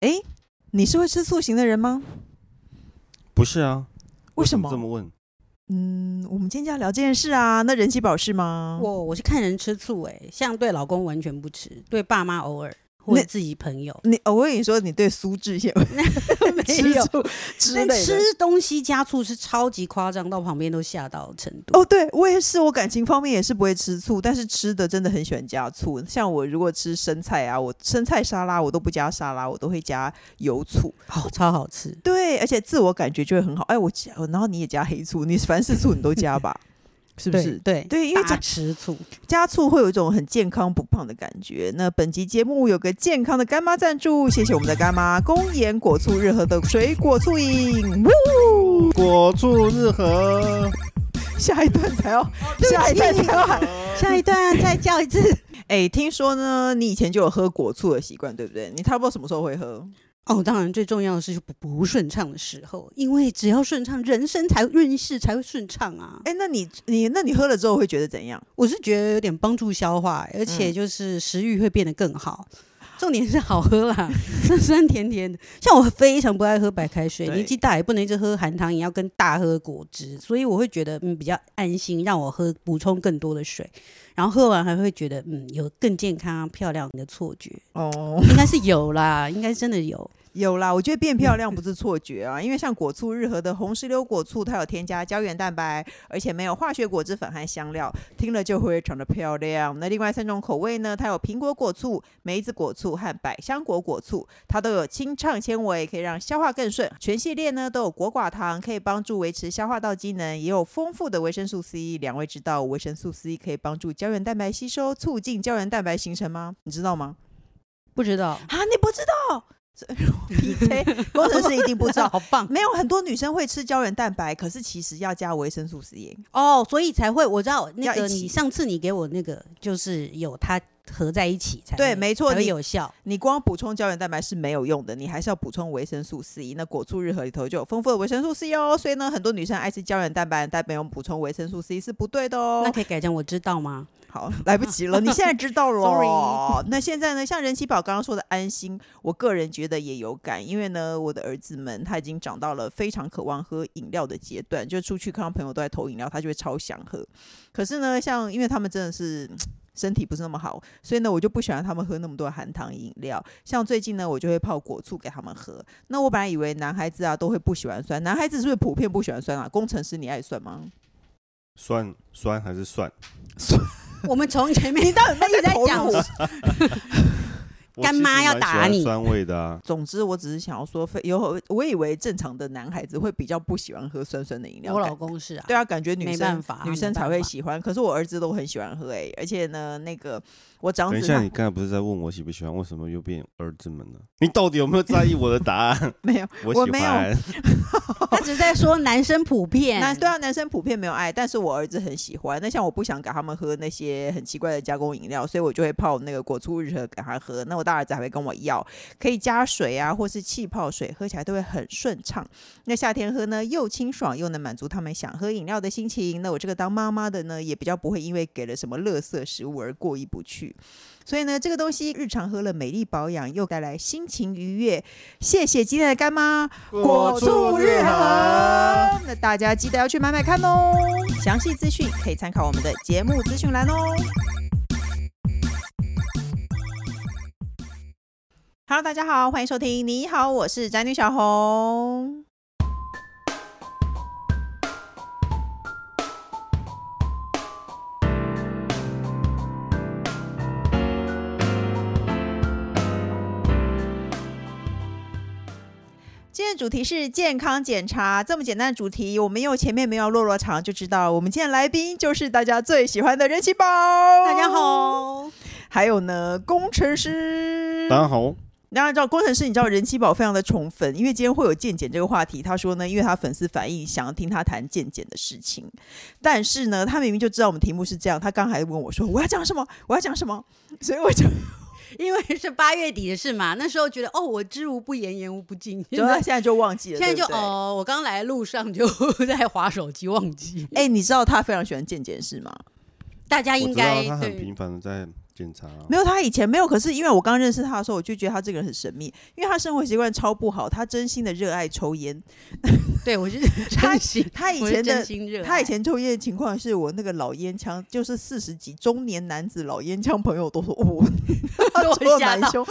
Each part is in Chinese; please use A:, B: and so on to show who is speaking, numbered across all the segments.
A: 诶，你是会吃塑形的人吗？
B: 不是啊，
A: 为什
B: 么
A: 么？
B: 这么问？
A: 嗯，我们今天就要聊这件事啊。那人气宝是吗？
C: 我我是看人吃醋哎、像对老公完全不吃，对爸妈偶尔或
A: 那
C: 者自己 朋友
A: 你哦，我跟你说，你对苏志也会吃
C: 没有。
A: 醋之类
C: 但
A: 的。
C: 吃东西加醋是超级夸张，到旁边都吓到的程度。
A: 哦，对我也是，我感情方面也是不会吃醋，但是吃的真的很喜欢加醋。像我如果吃生菜啊，我生菜沙拉我都不加沙拉，我都会加油醋。
C: 哦，超好吃。
A: 对，而且自我感觉就会很好。哎，我加，然后你也加黑醋，你凡是醋你都加吧，是不
C: 对
A: 是？
C: 对
A: 对因为
C: 大
A: 这
C: 吃醋，
A: 加醋会有一种很健康不胖的感觉。那本集节目有个健康的干妈赞助，谢谢我们的干妈公研果醋日和的水果醋饮。呜，
B: 果醋日和，
A: 下一段才要，
C: 哦对不
A: 下一
C: 起
A: 段才要喊。
C: 下一段再叫一次。
A: 哎，听说呢，你以前就有喝果醋的习惯，对不对？你差不多什么时候会喝？
C: 哦，当然最重要的是不不顺畅的时候，因为只要顺畅，人生才运势才会顺畅啊。
A: 哎，那你你那你喝了之后会觉得怎样？
C: 我是觉得有点帮助消化，而且
A: 嗯
C: 就是食欲会变得更 好。重点是好喝啦， 酸酸甜甜的。像我非常不爱喝白开水，
A: 对
C: 年纪大也不能一直喝含糖饮料，跟大喝果汁，所以我会觉得嗯比较安心，让我喝补充更多的水，然后喝完还会觉得嗯有更健康漂亮的错觉，
A: 哦，
C: 应该是 有啦，应该真的有。
A: 有啦，我觉得变漂亮不是错觉啊，因为像果醋日和的红石榴果醋，它有添加胶原蛋白，而且没有化学果汁粉和香料，听了就会非常的漂亮。那另外三种口味呢，它有苹果果醋、梅子果醋和百香果果醋，它都有清畅纤维，可以让消化更顺。全系列呢都有果寡糖，可以帮助维持消化道机能，也有丰富的维生素 C。两位知道维生素 C 可以帮助胶原蛋白吸收，促进胶原蛋白形成吗？你知道吗？
C: 不知道，
A: 啊，你不知道 ？PJ 工程师一定不知 道。
C: 好棒
A: 没有很多女生会吃胶原蛋白，可是其实要加维生素 C 耶。
C: 哦，所以才会我知道
A: 要
C: 那
A: 一
C: 个
A: 起
C: 你上次你给我那个就是有它合在一起才
A: 对
C: 会
A: 没错
C: 才会
A: 你
C: 有效。
A: 你光补充胶原蛋白是没有用的，你还是要补充维生素 C。那果醋日和里头就有丰富的维生素 C 哦，所以呢，很多女生爱吃胶原蛋白，但没有补充维生素 C 是不对的哦。
C: 那可以改成我知道吗？
A: 好，来不及了，你现在知道了哦。那现在呢，像人气宝刚刚说的安心，我个人觉得也有感，因为呢，我的儿子们他已经长到了非常渴望喝饮料的阶段，就出去看到朋友都在投饮料，他就会超想喝。可是呢，像因为他们真的是。身体不是那么好，所以呢，我就不喜欢他们喝那么多含糖饮料。像最近呢，我就会泡果醋给他们喝。那我本来以为男孩子啊都会不喜欢酸，男孩子是不是普遍不喜欢酸啊？工程师你爱酸吗？
B: 酸酸还是蒜？
C: 我们从前面到 底在
A: 投入
C: 讲
B: 我
C: 干妈
B: 其实
C: 要
B: 蛮喜
C: 打
B: 欢
C: 你
B: 酸味的啊。
A: 总之，我只是想要说，非有我以为正常的男孩子会比较不喜欢喝酸酸的饮料。
C: 我
A: 感
C: 老公是啊，
A: 对啊，感觉女
C: 没
A: 生
C: 办法啊
A: 女
C: 没
A: 生才
C: 办
A: 会
C: 法
A: 喜欢，可是我儿子都很喜欢喝哎、而且呢，那个我长
B: 等一
A: 子
B: 下，
A: 他
B: 你刚才不是在问我喜不喜欢？为什么又变儿子们呢？你到底有没有在意我的答 案？
A: 没有，我
B: 我喜
A: 没有
B: 欢。
C: 他只是在说男生普遍。
A: 男对啊，男生普遍没有爱，但是我儿子很喜欢。那像我不想给他们喝那些很奇怪的加工饮料，所以我就会泡那个果醋日和给他喝。那我大儿子还会跟我要，可以加水啊，或是气泡水，喝起来都会很顺畅。那夏天喝呢，又清爽，又能满足他们想喝饮料的心情。那我这个当妈妈的呢，也比较不会因为给了什么垃圾食物而过意不去。所以呢，这个东西日常喝了美丽保养，又带来心情愉悦。谢谢今天的干妈。果醋日和。那大家记得要去买买看哦。详细资讯可以参考我们的节目资讯栏哦。Hello，大家好，欢迎收听。你好，我是宅女小红。今天的主题是健康检查，这么简单的主题，我们又前面没有落落长，就知道我们今天的来宾就是大家最喜欢的人气宝。大
C: 大家，好，
A: 还有呢，工程师。
B: 当然好，
A: 然后，照工程师，你知道人气宝非常的宠粉，因为今天会有健检这个话题。他说呢，因为他粉丝反映想要听他谈健检的事情，但是呢，他明明就知道我们题目是这样，他刚还问我说我要讲什么，我要讲什么，所以我就
C: 因为是八月底的事嘛，那时候觉得哦，我知无不言，言无不尽。
A: 就他现在就忘记了，
C: 现在
A: 对
C: 就
A: 不对。
C: 哦，我刚来的路上就 在划手机，忘记。
A: 哎、你知道他非常喜欢健检是吗？
C: 大家
B: 我
C: 应
B: 知道啊
C: 该
B: 他很
C: 对
B: 频繁的在检查啊、
A: 没有，他以前没有。可是因为我刚认识他的时候，我就觉得他这个人很神秘，因为他生活习惯超不好，他真心的热爱抽烟。
C: 对我是
A: 他
C: 真心，
A: 他以
C: 我是
A: 前
C: 真
A: 的
C: 心热爱，
A: 他以前抽烟的情况是我那个老烟枪，就是四十几中年男子老烟枪朋友都说， 哦，
C: 都
A: 抽的
C: 吓
A: 蛮
C: 到
A: 凶，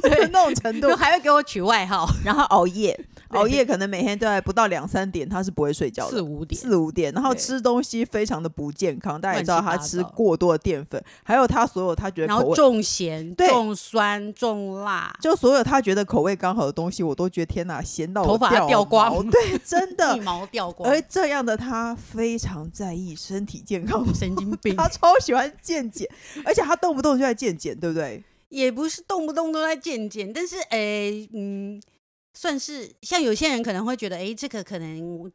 C: 对
A: 对 那种程度
C: 都。还会给我取外号，
A: 然后熬夜，
C: 对
A: 熬夜可能每天都在不到两三点，他是不会睡觉的，
C: 四五点，
A: 四五点，然后
C: 对
A: 吃东西非常的不健康，大家也
C: 乱
A: 知道
C: 七八
A: 他吃
C: 糟
A: 过多的淀粉，还有他所有他觉得
C: 然
A: 口
C: 后
A: 味，
C: 重咸、
A: 对
C: 重酸、重辣，
A: 就所有他觉得口味刚好的东西，我都觉得天哪，咸到我
C: 头发
A: 掉
C: 掉光
A: 毛对，真
C: 一
A: 的。
C: 毛掉光，
A: 而这样的他非常在意身体健康，
C: 神经 病，
A: 他超喜欢健检，而且他动不动就在健检，对不对？
C: 也不是动不动都在健检，但是诶、嗯，算是像有些人可能会觉得，诶、这个可能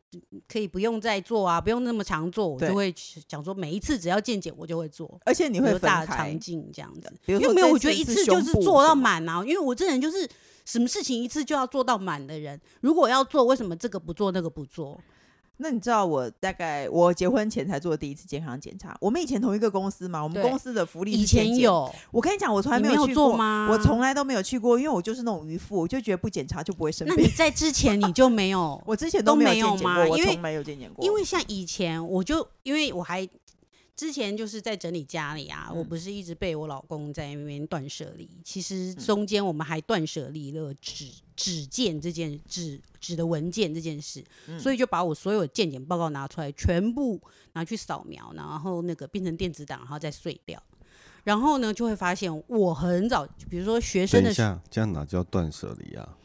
C: 可以不用再做啊，不用那么常做，我
A: 对
C: 就会想说，每一次只要健检，我就会做。
A: 而且你会
C: 比如
A: 分
C: 大
A: 开
C: 肠，镜这样子，
A: 比如
C: 因
A: 说
C: 为没有，
A: 这
C: 我觉得
A: 次
C: 一
A: 是
C: 次就
A: 胸
C: 是
A: 部
C: 做
A: 什
C: 到
A: 么
C: 满啊，因为我这人就是什么事情一次就要做到满的人。如果要做，为什么这个不做那个不做？
A: 那你知道我大概我结婚前才做第一次健康检查，我们以前同一个公司嘛，我们
C: 对
A: 公司的福利是
C: 以
A: 健
C: 前
A: 检，
C: 有，
A: 我跟你讲，我从来
C: 你
A: 没
C: 没有
A: 去
C: 做
A: 过
C: 吗
A: 我从来都没有去过，因为我就是那种渔夫，我就觉得不检查就不会生
C: 那你
A: 病。
C: 在之前你就没有
A: 我之前
C: 都
A: 没
C: 没有
A: 健检
C: 吗
A: 过，我
C: 因为
A: 从没有健检过，
C: 因为像以前，我就因为我还之前就是在整理家里啊，我
A: 嗯
C: 不是一直被我老公在那边断舍离。其实
A: 嗯
C: 中间我们还断舍离了纸纸件这件纸纸的文件这件事，
A: 嗯
C: 所以就把我所有鉴检报告拿出来，全部拿去扫描，然后那个变成电子档，然后再碎掉。然后呢，就会发现我很早，比如说学生
B: 等
C: 的
B: 一
C: 时候，
B: 下，这样哪叫断舍离啊？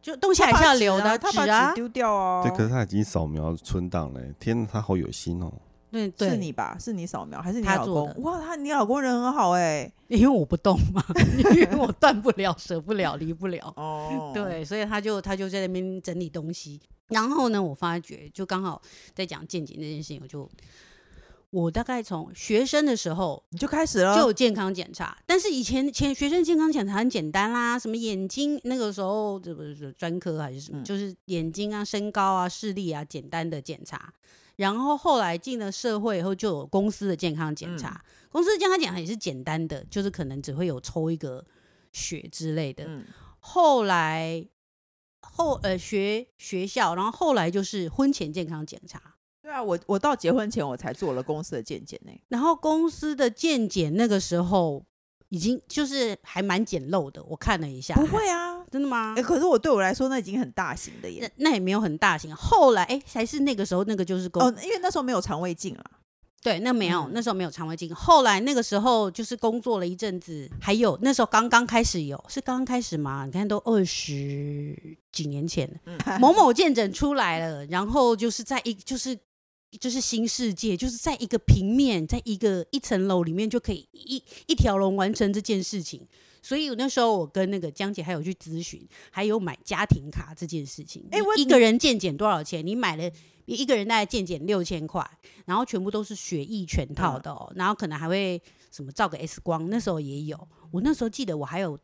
C: 就东西
A: 他
C: 还是
A: 把
C: 要
A: 纸
C: 留
A: 啊
C: 的，
A: 他
C: 纸
A: 把
C: 啊
A: 纸，丢掉哦。
B: 对，可是他已经扫描存档了欸，天哪，他好有心哦。
C: 对
A: 是
C: 对，
A: 你吧？是你扫描还是你
C: 他
A: 老
C: 做
A: 公
C: 的？
A: 哇，他你老公人很好哎。
C: 因为我不动嘛， 因为我断不了、舍不了、离不了。
A: 哦，，
C: 对，所以他就他就在那边整理东西。然后呢，我发觉就刚好在讲健检这件事情，我就我大概从学生的时候
A: 你就开始了，
C: 就有健康检查，但是以前前学生健康检查很简单啦，什么眼睛那个时候这不是专科还是什么，
A: 嗯
C: 就是眼睛啊、身高啊、视力啊简单的检查。然后后来进了社会以后，就有公司的健康检查，
A: 嗯
C: 公司的健康检查也是简单的，就是可能只会有抽一个血之类的。
A: 嗯，
C: 后来后呃学学校，然后后来就是婚前健康检查，
A: 对啊，我我到结婚前我才做了公司的健检呢。
C: 然后公司的健检那个时候已经就是还蛮简陋的，我看了一下，
A: 不会啊，
C: 真的吗
A: 哎，？可是我对我来说那已经很大型的
C: 那
A: 耶。
C: 那也没有很大型，后来哎，还是那个时候那个就是公、
A: 哦，因为那时候没有肠胃镜啊啦。
C: 对，那没有、
A: 嗯
C: 那时候没有肠胃镜，后来那个时候就是工作了一阵子，还有那时候刚刚开始有，是刚刚开始吗？你看都二十几年前了，
A: 嗯，
C: 某某见诊出来了，然后就是在一就是就是新世界，就是在一个平面，在一个一层楼里面就可以一一条龙完成这件事情。所以那时候我跟那个江姐还有去咨询，还有买家庭卡这件事情。
A: 哎
C: 你
A: 我
C: 一个人健检多少钱？你买了你一个人大概健检六千块，然后全部都是血液全套
A: 嗯
C: 的哦，然后可能还会什么照个 X 光，那时候也有。我那时候记得我还有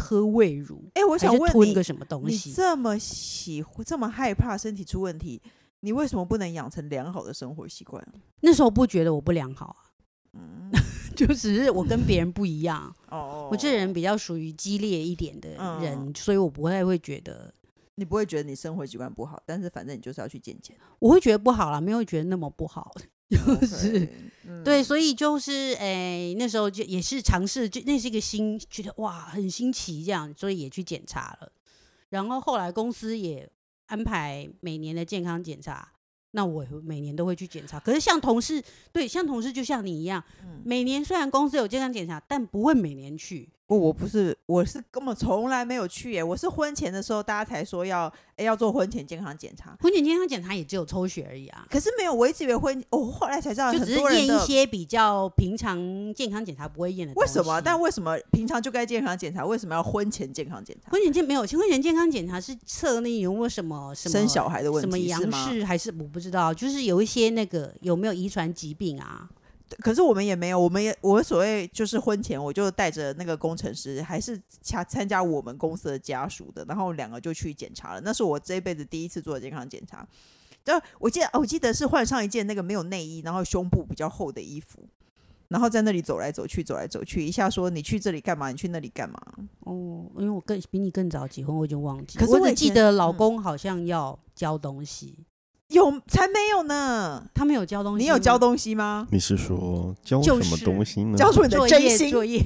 C: 喝胃乳，
A: 哎，我
C: 我
A: 想问
C: 吞
A: 你
C: 个，什么东
A: 你
C: 西。
A: 这么喜欢这么害怕身体出问题，你为什么不能养成良好的生活习 惯啊？
C: 那时候不觉得我不良好 啊，
A: 嗯，
C: 就只是我跟别人不一样，
A: 哦，嗯
C: 我这人比较属于激烈一点的人，所以我不太会觉得，
A: 你不会觉得你生活习惯不好，但是反正你就是要去健 检，
C: 我会觉得不好啦，没有觉得那么不好，就是。
A: 哦 OK，嗯
C: 对，所以就是诶、那时候就也是尝试，就那是一个新，觉得哇很新奇这样，所以也去检查了。然后后来公司也安排每年的健康检查，那我也会每年都会去检查。可是像同事，对，像同事就像你一样，
A: 嗯
C: 每年虽然公司有健康检查，但不会每年去。
A: 我我不是，我是根本从来没有去耶，我是婚前的时候大家才说要哎要做婚前健康检查，
C: 婚前健康检查也只有抽血而已啊，
A: 可是没有，我一直以为婚，我后来才知道
C: 就
A: 很
C: 只是
A: 多人
C: 验一
A: 的。
C: 些比较平常健康检查不会验的东
A: 为
C: 西。
A: 什么？但为什么平常就该健康检查，为什么要婚前健康检查？
C: 婚前健没有，婚前健康检查是测那有没有什么什么
A: 生小孩的问
C: 什么
A: 题是
C: 杨
A: 吗？
C: 氏还是我不知道，就是有一些那个有没有遗传疾病啊？
A: 可是我们也没有，我们也我所谓就是婚前，我就带着那个工程师，还是参参加我们公司的家属的，然后两个就去检查了。那是我这辈子第一次做的健康检查。然后我记得，哦我记得是换上一件那个没有内衣，然后胸部比较厚的衣服。然后在那里走来走去，走来走去，一下说你去这里干嘛，你去那里干嘛？
C: 哦，因为我更比你更早结婚，我已经忘记。
A: 可是
C: 我
A: 我
C: 只
A: 以
C: 记
A: 前
C: 得老
A: 嗯
C: 公好像要交东西，
A: 有才没有呢？
C: 他没有交东西，
A: 你有交东西吗？
B: 你是说教
C: 就
B: 什么
C: 是
B: 东西呢？
A: 交出你的
C: 作
A: 真
C: 业
A: 心
C: 作 业，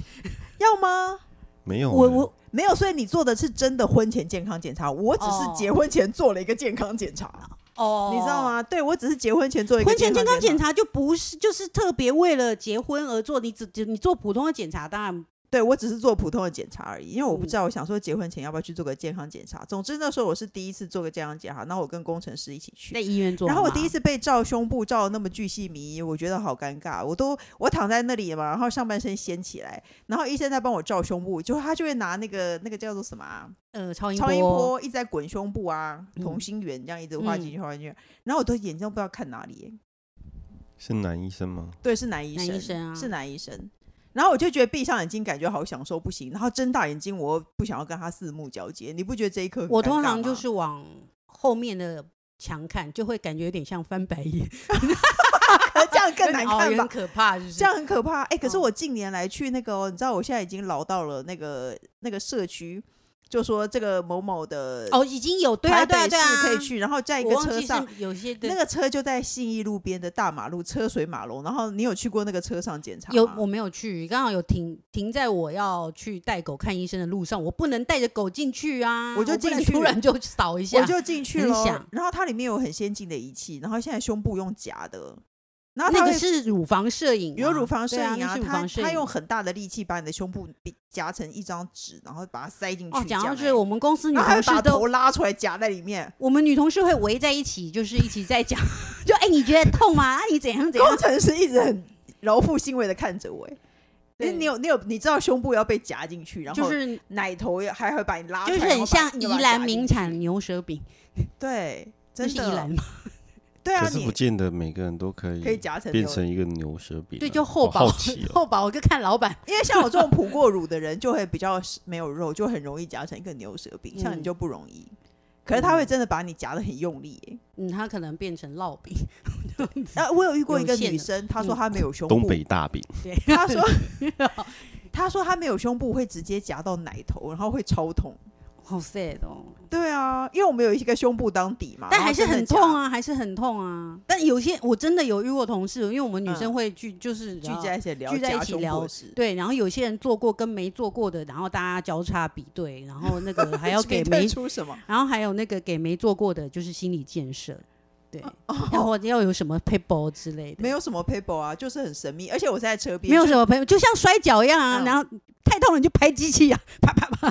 A: 要吗？
B: 没有欸？
C: 我我
A: 没有，所以你做的是真的婚前健康检查，我只是
C: 哦
A: 结婚前做了一个健康检查，
C: 哦，
A: 你知道？吗？对我只是结婚前做一个
C: 婚前健康检
A: 查，
C: 查就不是，就是特别为了结婚而做，你只只你做普通的检查，当然
A: 对我只是做普通的检查而已，因为我不
C: 嗯
A: 知道，我想说结婚前要不要去做个健康检查。总之那时候我是第一次做个健康检查，那我跟工程师一起去
C: 在，医院做嘛。
A: 然后我第一次被照胸部照得那么巨细靡遗，我觉得好尴尬。我都我躺在那里嘛，然后上半身掀起来，然后医生在帮我照胸部，就他就会拿那个那个叫做什么、啊、
C: 呃超音
A: 超音
C: 波，
A: 波一直在滚胸部啊，
C: 嗯
A: 同心圆这样一直画进去画进去，然后我的眼睛都不知道看哪里耶、
B: 是男医生吗？
A: 对，是男医
C: 男
A: 生，
C: 医生啊
A: 是男医生。然后我就觉得闭上眼睛感觉好享受，不行。然后睁大眼睛，我又不想要跟他四目交接。你不觉得这一刻很
C: 我
A: 尴
C: 通
A: 尬
C: 常就
A: 吗
C: 是往后面的墙看，就会感觉有点像翻白眼，
A: 这样更 难
C: 哦
A: 看
C: 也
A: 吧
C: 很？可怕，就是
A: 这样很可怕。哎、可是
C: 哦
A: 我近年来去那个哦、你知道我现在已经老到了那个那个社区，就说这个某某的
C: 哦，已经有对啊
A: 台
C: 对啊
A: 北
C: 对
A: 市
C: 啊，
A: 可以去，然后在一
C: 我
A: 个
C: 忘
A: 车
C: 记
A: 上。
C: 是有些的
A: 那个车就在信义路边的大马路车水马龙，然后你有去过那个车上检查吗？
C: 有我没有去，刚好有停停在我要去带狗看医生的路上，我不能带着狗进去啊，
A: 我就
C: 不
A: 进
C: 能
A: 去
C: 突
A: 了
C: 然就扫一下，
A: 我就进去
C: 很
A: 了
C: 想，
A: 然后它里面有很先进的仪器，然后现在胸部用夹的，然后它
C: 那个
A: 会
C: 是乳房摄影啊、
A: 有乳房摄
C: 对啊
A: 影
C: 那是乳
A: 它
C: 房摄
A: 它
C: 影。
A: 用很大的力气把你的胸部比夹成一张纸，然后把它塞进去。
C: 哦，讲到
A: 这样
C: 这个，
A: 欸
C: 我们公司女
A: 然后还
C: 同
A: 会把
C: 事
A: 头
C: 都，
A: 拉出来夹在里面，
C: 我们女同事会围在一起，就是一起在讲， 就哎、你觉得痛吗？啊，你怎样怎 样
A: 工？程师一直很饶富欣慰的看着我、欸，因为
C: 对
A: 你有你有你知道胸部要被夹进去，然后
C: 就是
A: 奶头也还会把你拉出
C: 就
A: 来，
C: 是
A: 然后
C: 很
A: 把
C: 像
A: 你
C: 宜
A: 又把它
C: 兰
A: 夹进
C: 名
A: 去，
C: 产牛舌饼，
A: 对，
C: 那
A: 真
C: 是宜
A: 的
C: 兰吗？
A: 对啊，
B: 可是不
A: 你
B: 见得每个人都可以
A: 可以夹成
B: 变
A: 牛
B: 成一个牛舌饼啊。
C: 对，就
B: 好
C: 厚薄
B: 好奇 哦，
C: 厚薄，我就看老板。
A: 因为像我这种哺过乳的人，就会比较没有肉，就很容易夹成一个牛舌饼，像你
C: 嗯
A: 就不容易。可是他会真的把你夹得很用力、欸。
C: 嗯，他可能变成烙饼，
A: 啊，我有遇过一个
C: 嗯有限
A: 女
C: 的嗯
A: 生，她说她没有胸部，
B: 东北大饼，
C: 对，
A: 她 说她说她没有胸部会直接夹到奶头，然后会超痛。
C: 好 sad 哦。
A: 对啊，因为我们有一个胸部当底嘛，
C: 但
A: 然后
C: 还是
A: 真的
C: 很
A: 夹
C: 痛，啊，还是很痛啊。但有些我真的有遇过同事，因为我们女生
A: 嗯
C: 会聚，就是
A: 聚在一起聊，
C: 聚在一
A: 夹
C: 起
A: 胸
C: 聊
A: 部的事
C: 对，然后有些人做过跟没做过的，然后大家交叉比对，然后 那个还要给
A: 比对
C: 没，
A: 出什 么？
C: 然后还有那个给没做过的，就是心理建设，对， 然后要有什么 people 之类的，
A: 哦没有什么 paper 啊，就是很神秘。而且我是在车边，
C: 没有
A: 就
C: 什么朋友，就像摔跤一样啊，
A: 嗯
C: 然后太痛了你就拍机器啊，啪啪啪，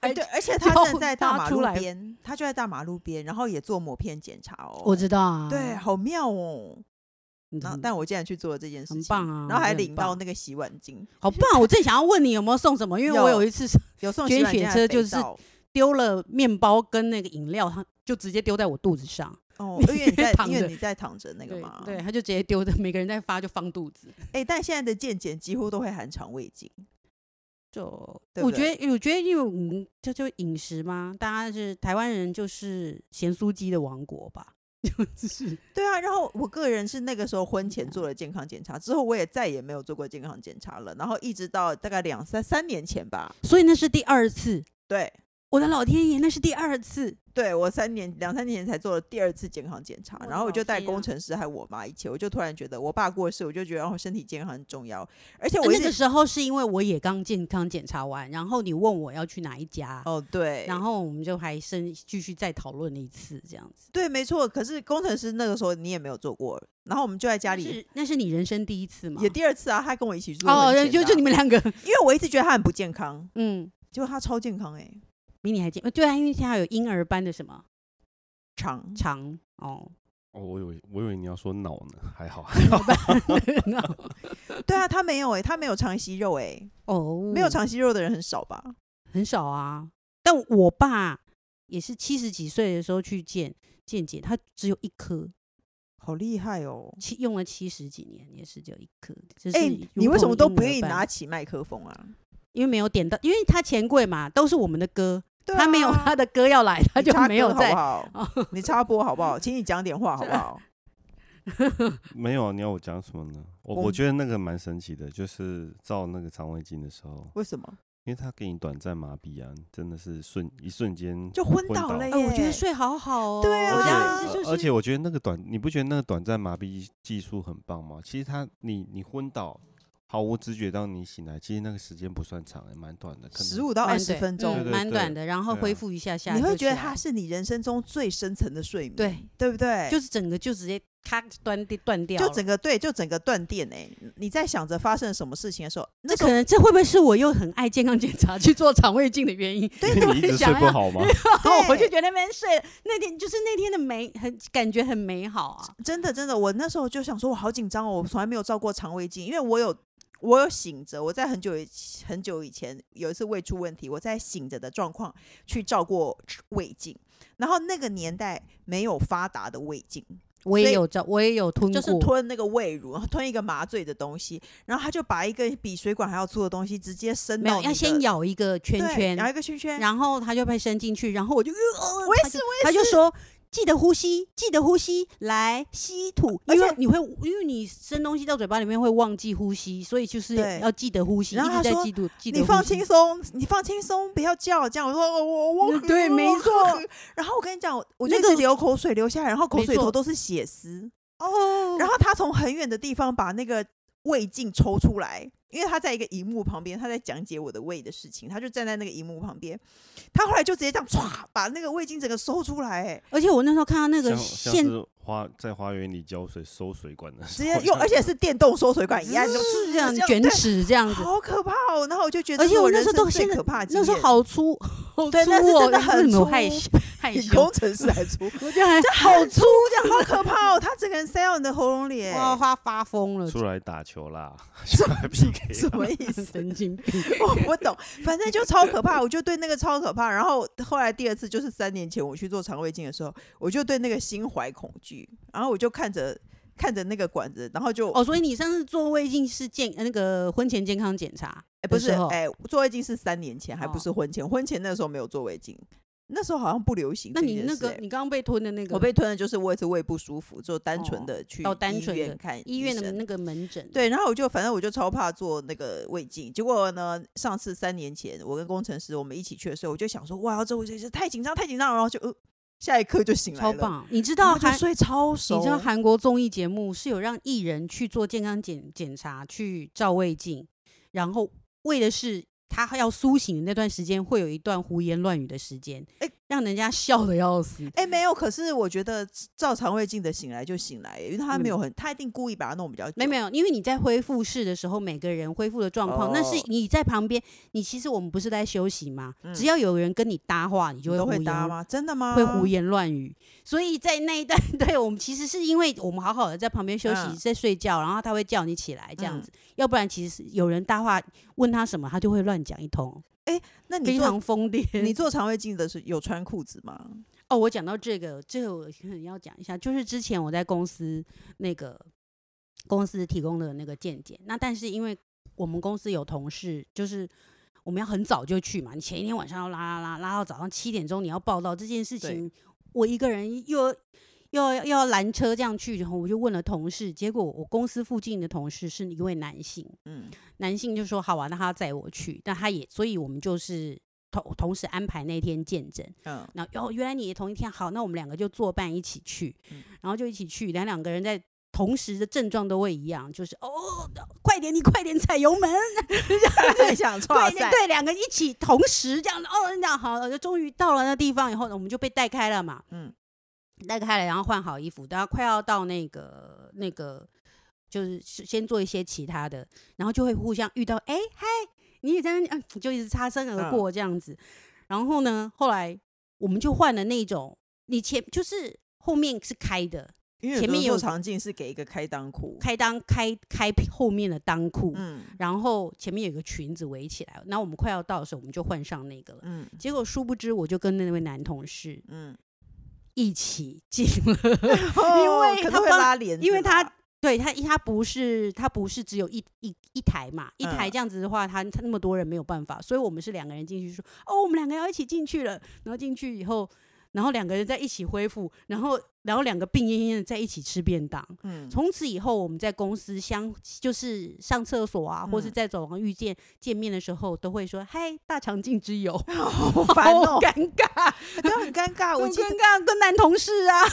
A: 哎对，而且
C: 就
A: 他站在大
C: 拉
A: 马
C: 出
A: 路
C: 来
A: 边，他就在大马路边，然后也做抹片检查哦。
C: 我知道啊，
A: 对，好妙哦！
C: 嗯，
A: 然后，但我竟然去做了这件事情，
C: 很棒啊
A: 然后还
C: 我觉得很
A: 领到
C: 棒
A: 那个洗碗巾，
C: 好棒！啊我正想要问你有没有送什么，因为我
A: 有
C: 有一次
A: 有送
C: 捐
A: 洗碗
C: 血
A: 巾还
C: 车
A: 肥
C: 就是
A: 皂
C: 丢了面包跟那个饮料，它就直接丢在我肚子上。
A: 哦，
C: 你
A: 因为你在
C: 躺
A: 因为
C: 着
A: 你在躺着那个
C: 对
A: 嘛，
C: 对，。他就直接丢的，每个人在发就放肚子。
A: 哎，但现在的健检几乎都会含肠胃镜，
C: 就
A: 对
C: 我
A: 不
C: 觉得，我觉得因为我们这就饮食嘛，大家是台湾人就是咸酥鸡的王国 吧，就是
A: 对啊。然后我个人是那个时候婚前做了健康检查，之后我也再也没有做过健康检查了。然后一直到大概两三三年前吧，
C: 所以那是第二次，
A: 对
C: 我的老天爷，那是第二次，
A: 对，我三年两三年前才做了第二次健康检查，
C: 哇
A: 然后我
C: 好
A: 就带
C: 天啊
A: 工程师还有我妈一起，我就突然觉得我爸过世，我就觉得哦身体健康很重要，而且
C: 呃
A: 我一
C: 那
A: 直、
C: 个时候是因为我也刚健康检查完，然后你问我要去哪一家，
A: 哦对，
C: 然后我们就还深继续再讨论了一次，这样子。
A: 对，没错。可是工程师那个时候你也没有做过，然后我们就在家
C: 那
A: 里
C: 是那是你人生第一次吗？
A: 也第二次啊，他跟我一起做
C: 哦
A: 婚，前
C: 就
A: 的
C: 就
A: 啊
C: 你们两个，
A: 因为我一直觉得他很不健康，
C: 嗯，
A: 结果他超健康哎、
C: 比你还健，呃对啊，因为现在有婴儿般的什
A: 嗯
C: 么
A: 长
C: 肠 哦，
B: 哦，我以为我以为你要说脑呢，还好，
A: 对啊，他没有哎、他没有长息肉哎、
C: 哦，
A: 没有长息肉的人很少吧？
C: 很少啊。但我爸也是七十几岁的时候去见健检，他只有一颗，
A: 好厉害哦！
C: 七用了七十几年，也是只有一颗。就是
A: 哎、你
C: 如
A: 为什
C: 同
A: 么都
C: 婴
A: 不
C: 儿
A: 愿意
C: 般
A: 拿？起麦克风啊？
C: 因为没有点到，因为他钱柜嘛，都是我们的歌，
A: 对
C: 他没有
A: 啊
C: 他的歌要来，他
A: 你
C: 就
A: 插
C: 没有
A: 歌
C: 在。
A: 好不好？你插播好不好？请你讲点话好不好？
B: 没有啊，你要我讲什么呢？我
A: 我
B: 我觉得那个蛮神奇的，就是照那个肠胃镜的时候，
A: 为什么？
B: 因为它给你短暂麻痹啊，真的是瞬一瞬间
A: 就昏倒了耶
C: 哎，我觉得睡好好哦。
A: 对啊
C: 我
B: 而
C: 当
B: 且、
C: 时就
B: 而
C: 是
B: 且我觉得那个短，你不觉得那个短暂麻痹技术很棒吗？其实它你你昏倒毫无知觉到你醒来，其实那个时间不算长、也蛮短的，可能
A: 十五到二
C: 慢
A: 十
C: 对
A: 分
C: 嗯
A: 钟
B: 对，对
C: 蛮
B: 对
C: 短的，然后
B: 对啊
C: 恢复一下下，
A: 你会
C: 就
A: 觉得
C: 起来
A: 它是你人生中最深层的睡眠，
C: 对，
A: 对不对？
C: 就是整个就直接咔断掉断掉了，
A: 就整个对，就整个断电哎、你在想着发生什么事情的时候，那
C: 这
A: 时候
C: 可能这会不会是我又很爱健康检查去做肠胃镜的原 因？
B: 因为你一直睡不好吗？
C: 然后我就
A: 对
C: 觉得那边睡了那天就是那天的美很感觉很美好啊。
A: 真的真的，我那时候就想说，我好紧张哦，我从来没有照过肠胃镜，因为我有我有醒着，我在很久以很久以前有一次胃出问题，我在醒着的状况去照过胃镜，然后那个年代没有发达的胃镜，
C: 我
A: 所
C: 也
A: 以
C: 有照，我也有吞
A: 就
C: 过，
A: 是吞那个胃乳，然后吞一个麻醉的东西，然后他就把一个比水管还要粗的东西直接伸
C: 没
A: 到
C: 有
A: 你
C: 要先
A: 的
C: 咬一个圈
A: 对
C: 圈
A: 然，后一个圈圈，
C: 然后它就被伸进去，然后我就，呃
A: 我也
C: 它
A: 是
C: 就他就说记得呼吸，记得呼吸，来吸吐，因
A: 而
C: 为
A: 且
C: 你会因为你伸东西到嘴巴里面会忘记呼吸，所以就是
A: 对
C: 要记得呼吸，一
A: 然后
C: 直
A: 他
C: 在
A: 说
C: 记住记得
A: 你
C: 呼
A: 放
C: 吸
A: 轻松，你放轻松，不要叫这样。我说哦我我
C: 嗯对
A: 我
C: 没错
A: 我然后我跟你讲，我我就
C: 那
A: 一
C: 个
A: 直流口水流下来，然后口
C: 没
A: 水头
C: 错
A: 都是血丝。
C: 哦
A: 然后他从很远的地方把那个胃镜抽出来，因为他在一个荧幕旁边，他在讲解我的胃的事情，他就站在那个荧幕旁边。他后来就直接这样唰把那个胃镜整个收出来，哎
C: 而且我那时候看到那
B: 像
C: 个
B: 像
C: 现
B: 是花在花园里浇水收水管的时
A: 直
B: 候，
A: 接用，而且是电动收水管一啊按就
C: 这样
A: 这样
C: 嗯卷
A: 对
C: 尺这样子，
A: 好可怕哦！然后我就觉得，
C: 而且我那
A: 人
C: 时候
A: 生
C: 都
A: 最
C: 现在
A: 可怕的经验，
C: 那时候好粗，好粗
A: 对那是
C: 哦
A: 真的
C: 为
A: 很
C: 什么我
A: 粗
C: 害羞 害
A: 比
C: 羞
A: 工，程师还粗。
C: 我觉得还
A: 好粗， 这样好可怕哦！他整个人塞到你的喉咙里，
C: 哇，
A: 哎
C: 发发疯了，
B: 出来打球 啦，出来 PK
A: 什
B: 啦
A: 么意 思？
C: 神经病。
A: 我不懂，反正就超可怕，我就对那个超可怕。然后后来第二次就是三年前我去做肠胃镜的时候，我就对那个心怀恐惧，然后我就看着看着那个管子，然后就、
C: 哦，所以你上次做胃镜是健呃那个婚前健康检查，
A: 哎不是
C: 的时候
A: 哎、做胃镜是三年前，还不
C: 哦
A: 是婚前，婚前那时候没有做胃镜，那时候好像不流行
C: 那
A: 这
C: 你
A: 件事哎。
C: 那个你刚刚被吞的那个，
A: 我被吞的就是我一次胃不舒服，就单纯
C: 哦
A: 的去
C: 哦单
A: 医
C: 纯
A: 院
C: 的
A: 看
C: 医
A: 医
C: 院的
A: 生
C: 那个门诊，，
A: 对，然后我就反正我就超怕做那个胃镜，结果呢，上次三年前我跟工程师我们一起去的时候，我就想说，哇，这我这这太紧张太紧张了，然后就呃下一刻就醒来
C: 超
A: 了，，
C: 棒。你知
A: 然
C: 道
A: 后就
C: 韩
A: 睡超熟，
C: 你知道韩国综艺节目是有让艺人去做健康检检查，去照胃镜，然后为的是他要苏醒的那段时间，会有一段胡言乱语的时间，
A: 哎
C: 让人家笑的要死。
A: 哎、没有，可是我觉得照肠胃镜的醒来就醒来，因为他没有很，他一定故意把它弄比较久，
C: 嗯没有没有，因为你在恢复室的时候，每个人恢复的状况，那是
A: 哦
C: 你在旁边，你其实我们不是在休息吗？
A: 嗯
C: 只要有人跟你搭话，你就
A: 你
C: 会
A: 都
C: 胡
A: 会
C: 言
A: 搭吗？真的吗？
C: 会胡言乱语。所以在那一段， 对我们其实是因为我们好好的在旁边休息，
A: 嗯
C: 在睡觉，然后他会叫你起来这样子，要不然其实有人搭话问他什么，他就会乱讲一通，
A: 那你
C: 非
A: 做
C: 常疯癫。
A: 你做肠胃镜的是有穿裤子吗？
C: 哦，我讲到这个，这个我可能要讲一下，就是之前我在公司那个公司提供的那个健检，那但是因为我们公司有同事，就是我们要很早就去嘛，你前一天晚上要拉拉拉拉到早上七点钟，你要报到这件事
A: 对
C: 情，我一个人又。又要又要拦车这样去，然后我就问了同事，结果我公司附近的同事是一位男性，
A: 嗯，
C: 男性就说好啊，那他要载我去，但他也，所以我们就是同同时安排那天见诊，
A: 嗯，
C: 然后哦，原来你也同一天，好，那我们两个就作伴一起去，
A: 嗯
C: 然后就一起去，两两个人在同时的症状都会一样，就是哦，快点，你快点踩油门，
A: 很想
C: 快
A: 穿
C: 点，
A: 塞，
C: 对，两个一起同时这样子，哦，这样好，就终于到了那地方以后呢，我们就被带开了嘛，
A: 嗯，
C: 带开了，然后换好衣服，然后快要到那个那个，就是先做一些其他的，然后就会互相遇到，哎嗨，你也在那里，嗯，就一直擦身而过这样子。然后呢，后来我们就换了那种，你前就是后面是开的，
A: 因为
C: 前面
A: 有
C: 有
A: 时候做肠镜是给一个开裆裤，
C: 开裆开开后面的裆裤，
A: 嗯
C: 然后前面有个裙子围起来，那我们快要到的时候，我们就换上那个了。
A: 嗯
C: 结果殊不知，我就跟那位男同事
A: 嗯，
C: 一起进了
A: 哦
C: 为
A: 可
C: 他
A: 能会
C: 帮
A: 拉帘子啦，
C: 因为他对他，他不是他不是只有一一一台嘛，一台
A: 嗯
C: 这样子的话，他他那么多人没有办法，所以我们是两个人进去说，哦，我们两个要一起进去了。然后进去以后，然后两个人在一起恢复，然后然后两个病恹恹的在一起吃便当。
A: 嗯，
C: 从此以后，我们在公司相就是上厕所啊，或是
A: 嗯
C: 在走廊遇见见面的时候，都会说“嗨，大肠镜之友”，
A: 好
C: 好
A: 烦哦，
C: 尴尬，
A: 都很尴尬。 我
C: 我
A: 记
C: 尴
A: 得
C: 尬，跟男同事啊，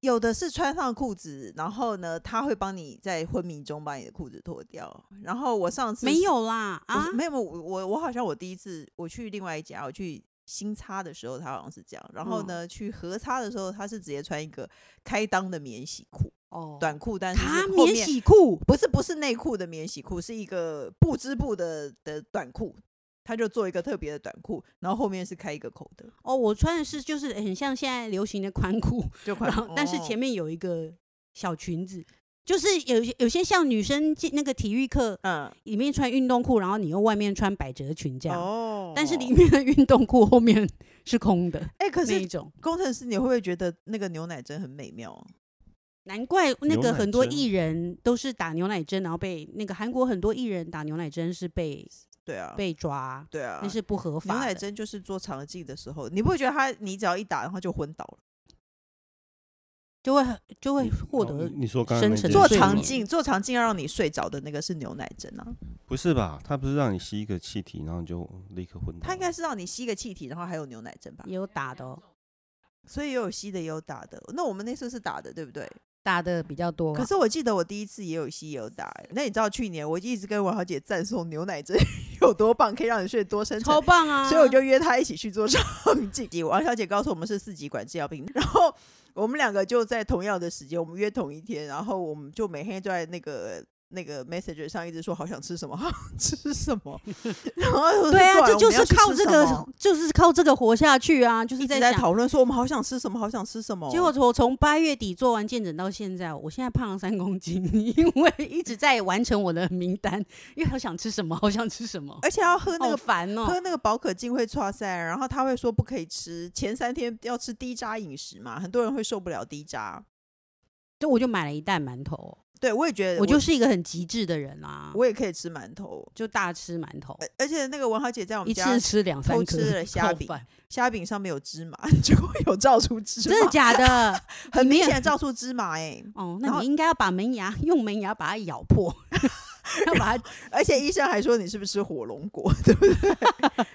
A: 有的是穿上裤子，然后呢，他会帮你在昏迷中把你的裤子脱掉。然后我上次
C: 没有啦
A: 我
C: 啊
A: 是，没有，没有我我我好像我第一次我去另外一家，我去新擦的时候，他好像是这样。然后
C: 嗯
A: 呢，去合擦的时候，他是直接穿一个开裆的免洗裤、
C: 哦，
A: 短裤，但是
C: 他
A: 是后
C: 免
A: 面
C: 洗裤，
A: 不是不是内裤的免洗裤，是一个布织布的的短裤。他就做一个特别的短裤，然后后面是开一个口的，
C: 哦，我穿的是就是很像现在流行的宽裤，
A: 就款
C: 然后但是
A: 哦
C: 前面有一个小裙子，就是有些有些像女生进那个体育课
A: 嗯
C: 里面穿运动裤，然后你又外面穿百褶裙这样，
A: 哦
C: 但是里面的运动裤后面是空的
A: 哎、可
C: 那一
A: 是
C: 种，
A: 工程师你会不会觉得那个牛奶针很美妙啊？
C: 难怪那
B: 牛
C: 个
B: 奶
C: 很多
B: 针
C: 艺人都是打牛奶针，然后被那个韩国很多艺人打牛奶针是被
A: 对啊，
C: 被抓，
A: 对啊，
C: 那是不合
A: 牛
C: 法
A: 奶
C: 的。
A: 针就是做肠镜的时候，你不会觉得他你只要一打，然后就昏倒了。
C: 就会很就会获
B: 哦
C: 得
B: 你你说刚
C: 深
B: 刚那件
C: 层对
A: 做
B: 事
C: 睡
A: 肠
B: 吗
C: 眠
A: 镜，做肠镜要让你睡着的那个是牛奶针啊，
B: 不是吧？他不是让你吸一个气体，然后你就立刻昏倒了？
A: 它应该是让你吸个气体，然后还有牛奶针吧。
C: 也有打的、哦，
A: 所以也有吸的，也有打的。那我们那次是打的，对不对？
C: 打的比较多啊。
A: 可是我记得我第一次也有吸也有打、欸。那你知道去年我一直跟王小姐赞颂牛奶针 有多棒，可以让你睡得多深沉
C: 超。棒啊！
A: 所以我就约她一起去做肠镜。 王小姐告诉我们是四级管制药品，然后我们两个就在同样的时间，我们约同一天，然后我们就每天就在那个那个 Messenger 上一直说好想吃什么，好想吃什 么，然后就
C: 对啊，
A: 说
C: 这就
A: 我们要
C: 是
A: 去
C: 靠
A: 吃
C: 这
A: 什
C: 个
A: 么，
C: 就是靠这个活下去啊！就是
A: 一直在
C: 想，
A: 讨论说我们好想吃什么，好想吃什么，
C: 结果我从八月底做完健诊到现在，我现在胖了三公斤， 因为一直在完成我的名单，因为好想吃什么，好想吃什么，
A: 而且要喝哎那
C: 好
A: 个。
C: 烦哦、
A: 喝那个宝可净会错塞，然后他会说不可以吃，前三天要吃低渣饮食嘛，很多人会受不了低渣。
C: 就我就买了一袋馒头，
A: 对，我也觉得
C: 我就是一个很极致的人啊，
A: 我也可以吃馒头，
C: 就大吃馒头，
A: 而且那个王小姐在我
C: 一
A: 们家
C: 次吃两三
A: 偷
C: 颗，
A: 吃了虾
C: 好
A: 饼
C: 烦
A: 虾饼上面有芝麻， 结果有照出芝麻，
C: 真的假的？
A: 很
C: 你没
A: 明
C: 有
A: 显地照出芝麻哎、
C: 哦，那
A: 然后
C: 你应该要把门牙用门牙把它咬破， 要把它
A: 而且医生还说你是不是吃火龙果， 对不对？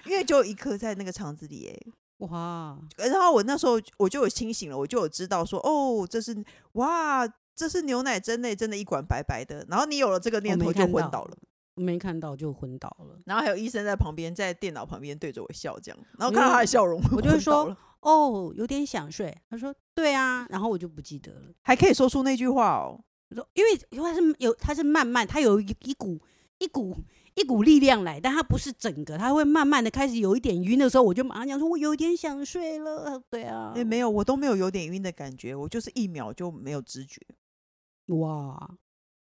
A: 因为就有一颗在那个肠子里哎、呃
C: 哇，
A: 然后我那时候我就有清醒了，我就有知道说，哦，这是哇，这是牛奶针欸类，真的一管白白的。然后你有了这个念
C: 我
A: 头
C: 没
A: 就
C: 看
A: 昏
C: 到
A: 倒了。
C: 没看到就昏倒了。
A: 然后还有医生在旁边，在电脑旁边对着我笑，这样，然后
C: 我
A: 看到
C: 就
A: 他的笑容，
C: 我就会
A: 昏倒
C: 说
A: 了
C: 哦，有点想睡。他说对啊，然后我就不记得了。
A: 还可以说出那句话哦，
C: 我说因为因为它是有它是慢慢，它有一一股一股一股力量来，但它不是整个，它会慢慢的开始有一点晕的时候，我就马上讲说我有点想睡了。对啊，
A: 哎、没有，我都没有有点晕的感觉，我就是一秒就没有知觉。
C: 哇，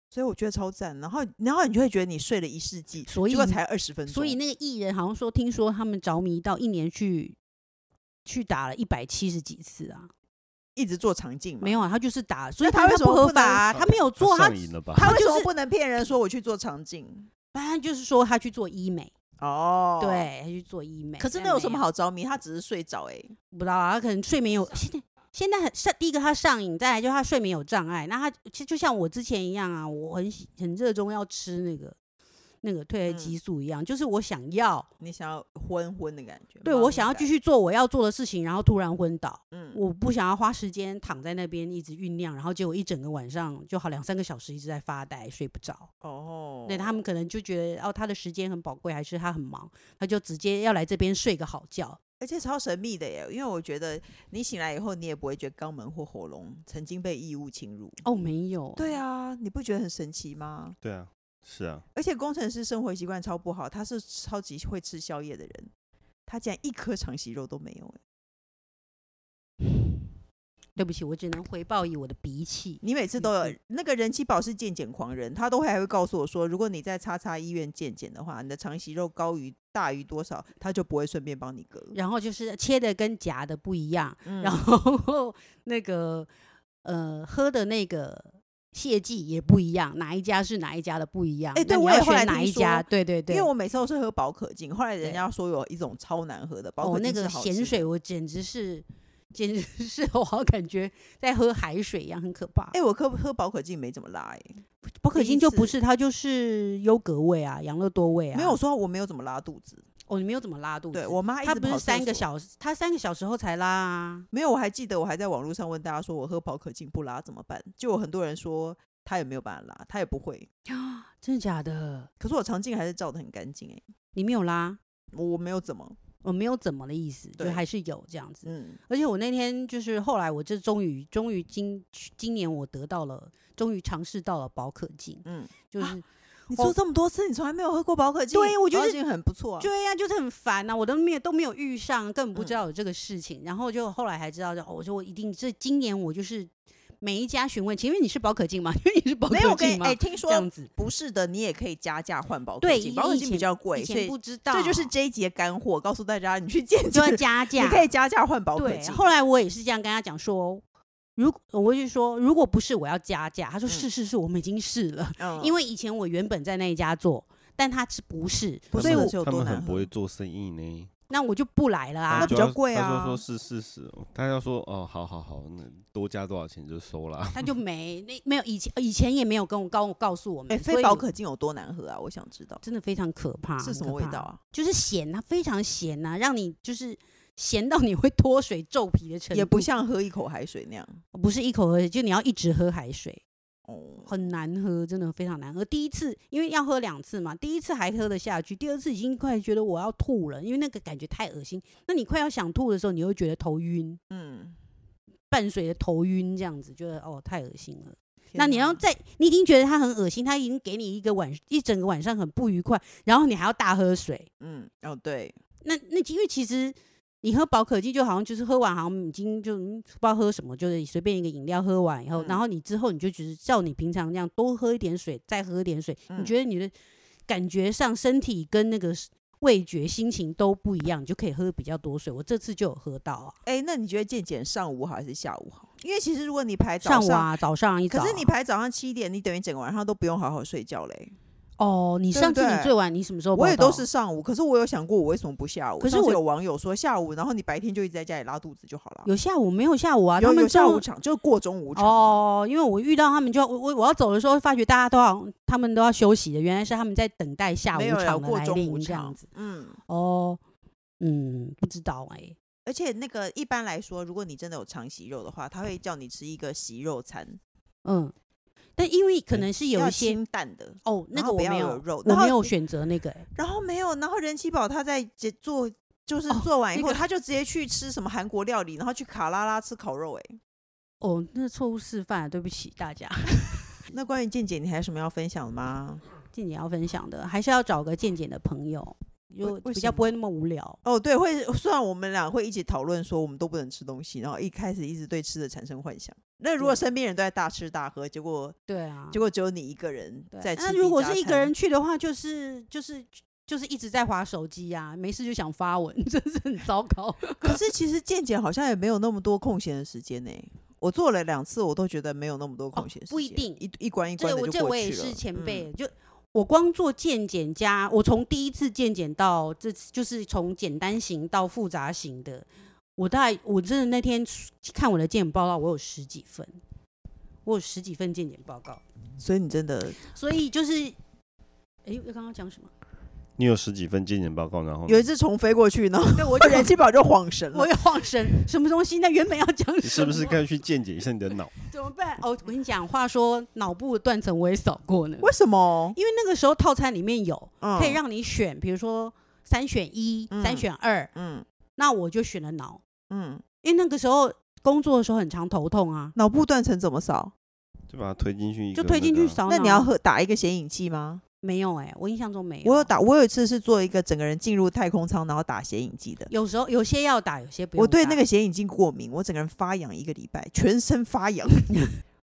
A: 所以我觉得超赞。然后，然后你就会觉得你睡了一世纪，
C: 所
A: 结果
C: 以
A: 才二十分钟。
C: 所以那个艺人好像说，听说他们着迷到一年去。去打了一百七十几次啊，
A: 一直做肠镜嘛，
C: 没有啊，他就是打，所以
A: 他为
C: 他
A: 什么
C: 不合
A: 不
C: 法、
A: 能
C: 啊，他没有做，他
B: 上瘾了吧？
A: 他
C: 他
A: 为
C: 就
A: 什么
C: 是
A: 不能骗人说我去做肠镜？
C: 反正就是说他去做医美，
A: 哦，。
C: 对，他去做医美。
A: 可是
C: 但
A: 那有什
C: 没
A: 么好着迷？他只是睡着哎、欸，
C: 不知道啊，他可能睡眠 有现在现在很上，第一个他上瘾，再来就是他睡眠有障碍。那他其实就像我之前一样啊，我很喜很热衷要吃那个那个褪黑
A: 嗯
C: 激素一样，就是我想要，
A: 你想要昏昏的感觉。
C: 对我想要继
A: 续，
C: 续做我要做的事情，然后突然昏倒。
A: 嗯，
C: 我不想要花时间躺在那边一直酝酿，然后结果一整个晚上就好两三个小时一直在发呆，睡不着。
A: 哦，
C: 那他们可能就觉得哦，他的时间很宝贵，还是他很忙，他就直接要来这边睡个好觉。
A: 而且超神秘的耶，因为我觉得你醒来以后，你也不会觉得肛门或喉咙曾经被异物侵入。
C: 哦，没有，
A: 对啊，你不觉得很神奇吗？
B: 对啊，是啊，
A: 而且工程师生活习惯超不好，他是超级会吃宵夜的人，他竟然一颗肠息肉都没有、欸。
C: 对不起，我只能回报以我的鼻气。
A: 你每次
C: 嗯
A: 都有
C: 嗯
A: 那个人气宝是健检狂人，他都会还会告诉我说，如果你在叉叉医院健检的话，你的肠息肉高于大于多少，他就不会顺便帮你割。
C: 然后就是切的跟夹 的不一样，
A: 嗯
C: 然后那个呃喝的那个泻剂也不一样，哪一家是哪一家的不一样。
A: 哎对
C: 那你
A: 我也
C: 要
A: 后来
C: 选哪
A: 听
C: 一家？
A: 说
C: 对对对，哦
A: 因为我每次都是喝宝可净，后来人
C: 对
A: 家说有一种超难喝的宝
C: 哦
A: 可，
C: 那
A: 净是
C: 个
A: 好吃
C: 咸
A: 的
C: 水，我简直是，简直是 我好感觉在喝海水一样，很可怕。
A: 哎、我喝喝宝可净没怎么拉、欸，
C: 不可
A: 第一
C: 金就不
A: 次
C: 是，它就是优格味啊，养乐多味啊。
A: 没有我说我没有怎么拉肚子。
C: 哦，你没有怎么拉肚子。
A: 对我妈一
C: 他
A: 直
C: 不
A: 跑
C: 是
A: 厕
C: 三
A: 所，
C: 个小时，他三个小时后才拉啊。
A: 没有，我还记得我还在网络上问大家说我喝宝可净不拉怎么办，就有很多人说他也没有办法拉，他也不会。
C: 真的假的？
A: 可是我肠镜还是照得很干净哎，
C: 你没有拉，
A: 我没有怎么，
C: 我没有怎么的意思，就
A: 对
C: 还是有这样子。
A: 嗯，
C: 而且我那天就是后来，我这终于终于今今年我得到了，终于尝试到了宝可净，
A: 嗯，
C: 就是、
A: 你
C: 我
A: 做这么多次，你从来没有喝过宝可净，
C: 对我觉
A: 宝可
C: 得
A: 净很不错、啊，
C: 对呀、就是很烦呐、我都没有都没有遇上，根本不
A: 嗯
C: 知道有这个事情。然后就后来才知道，就哦，我说我一定这今年我就是每一家询问，请问你是宝可净吗？请 问你是宝可
A: 没有我跟
C: 净
A: 你
C: 吗？
A: 哎、听
C: 这
A: 说
C: 样子，
A: 不是的，你也可以加价换宝可
C: 对
A: 净，
C: 因
A: 宝
C: 为
A: 可
C: 以
A: 净比
C: 前
A: 较
C: 以
A: 贵，所
C: 前
A: 以
C: 不知道，
A: 这就是这一节干货，告诉大家你去 健
C: 就要
A: 健
C: 加价，
A: 你可以加价换宝可
C: 对，
A: 净。
C: 后来我也是这样跟他讲说，如果我就说，如果不是我要加价，他说
A: 嗯
C: 是是是，我们已经试了，因
A: 为
C: 为以前我原本在那一家做，但他是不是，
A: 不
C: 所以
A: 是
C: 我
A: 是有
B: 他
A: 多
B: 们
A: 难
B: 很不
A: 喝
B: 会，做生意呢。
C: 那我就不来
B: 他
C: 了
A: 那
C: 啊
B: 们。
A: 比
B: 就
A: 较
B: 要
A: 贵
B: 他
A: 啊
B: 就说是事实，他要说哦，好好好，那多加多少钱就收啦。
C: 他就没那没有以前以前也没有跟我告告诉我们，
A: 哎、
C: 嗯所
A: 非
C: 以
A: 宝可净有多难喝啊？我想知道
C: 真的非常可怕，
A: 是
C: 很
A: 什
C: 可
A: 么味
C: 怕
A: 道？啊？
C: 就是咸啊，非常咸啊，让你就是咸到你会脱水皱皮的程度，
A: 也不像喝一口海水那样
C: 不是一口喝，就你要一直喝海水。
A: 哦。
C: 很难喝，真的非常难喝。第一次因为要喝两次嘛，第一次还喝得下去，第二次已经快觉得我要吐了，因为那个感觉太恶心。那你快要想吐的时候，你会觉得头晕，
A: 嗯，
C: 伴随着头晕这样子，觉得哦太恶心了。
A: 天
C: 那你要
A: 哪
C: 再，你已经觉得它很恶心，它已经给你一个晚一整个晚上很不愉快，然后你还要大喝水。
A: 嗯哦对，
C: 那那因为其实你喝宝可净就好像就是喝完好像已经就嗯不知道喝什么，就是随便一个饮料喝完以后，
A: 嗯
C: 然后你之后你就觉得照你平常那样多喝一点水，再喝一点水，
A: 嗯
C: 你觉得你的感觉上身体跟那个是味觉、心情都不一样，你就可以喝比较多水。我这次就有喝到啊，
A: 哎、那你觉得健检上午好还是下午好？因为其实如果你排早
C: 上午啊，早上一早啊、
A: 可是你排早上七点，你等于整个晚上都不用好好睡觉嘞。
C: 哦，你
A: 对
C: 上
A: 不
C: 次你
A: 对
C: 最晚你什么时候？
A: 我也都是。上午，可是我有想过我为什么不下午？
C: 可是
A: 上次
C: 我
A: 有网友说下午，然后你白天就一直在家里拉肚子就好了。
C: 有下午没有下午啊？
A: 有
C: 他们
A: 有下
C: 中
A: 午场，就是过中午场。
C: 哦，因为我遇到他们就要我我我要走的时候，发觉大家都好像他们都要休息的，原来是他们在等待下午
A: 没有聊
C: 场的
A: 过
C: 来
A: 中午
C: 临这
A: 场
C: 样子。
A: 嗯，
C: 哦，嗯，不知道哎、
A: 而且那个一般来说，如果你真的有肠息肉的话，他会叫你吃一个息肉餐，
C: 嗯，但因为可
B: 哎
C: 能是有
A: 要
C: 一些、
A: 清淡的。
C: 哦，那
A: 然
C: 个
A: 后
C: 我
A: 不要
C: 没
A: 有肉
C: 我
A: 然后
C: 没有选择那个、欸，
A: 然后没有，然后人气宝他在结做就是
C: 哦
A: 做完以后，
C: 那个
A: 他就直接去吃什么韩国料理，然后去卡拉拉吃烤肉、哎，
C: 哦，那错误示范，对不起大家。
A: 那关于健姐，你还有什么要分享的吗？
C: 健姐要分享的，还是要找个健姐的朋友，就
A: 为为
C: 比
A: 什
C: 较
A: 么
C: 不会那么无聊。
A: 哦，对，会虽然我们俩会一起讨论说我们都不能吃东西，然后一开始一直对吃的产生幻想。那如果
C: 对
A: 身边人都在大吃大喝，结果
C: 对啊，
A: 结果只有你一个人
C: 对
A: 在吃
C: 那
A: 低
C: 如果
A: 渣
C: 是一个
A: 餐
C: 人，去的话，就是就是就是一直在划手机呀、没事就想发文， 真是很糟糕。
A: 可是其实健姐好像也没有那么多空闲的时间呢、我做了两次，我都觉得没有那么多空
C: 哦
A: 闲时间、
C: 不一定
A: 一一关一
C: 这
A: 关的
C: 个我
A: 就
C: 这
A: 过
C: 我也
A: 去了
C: 是前
A: 嗯
C: 辈，就我光做健检加，我从第一次健检到这次就是从简单型到复杂型的，我大概我真的那天看我的健检报告，我有十几份，我有十几份健检报告，
A: 所以你真的
C: 所以就是。哎，我刚刚讲什么？
B: 你有十几份健检报告，然后呢
A: 有一只虫飞过去，然后
C: 对 我
A: 人气宝就晃神
C: 我
A: 了。
C: 也 晃神，什么东西？那原本要讲什么？
B: 你是不是该去健检一下你的脑？
C: 怎么办？哦，我跟你讲，话说脑部的断层我也扫过呢，
A: 为什么？
C: 因为那个时候套餐里面有
A: 嗯
C: 可以让你选，比如说三选一、
A: 嗯
C: 三选二，
A: 嗯
C: 那我就选了脑，
A: 嗯，
C: 因为那个时候工作的时候很常头痛啊，
A: 脑部断层怎么扫？
B: 就把它推进去一个个
C: 就
B: 啊，
C: 推进去扫
A: 那
C: 脑。
A: 你要喝打一个显影剂吗？
C: 没有哎、我印象中没有。
A: 我有打，我有一次是做一个整个人进入太空舱，然后打显影剂的。
C: 有时候有些要打，有些不用打。
A: 我对那个显影剂过敏，我整个人发痒一个礼拜，全身发痒。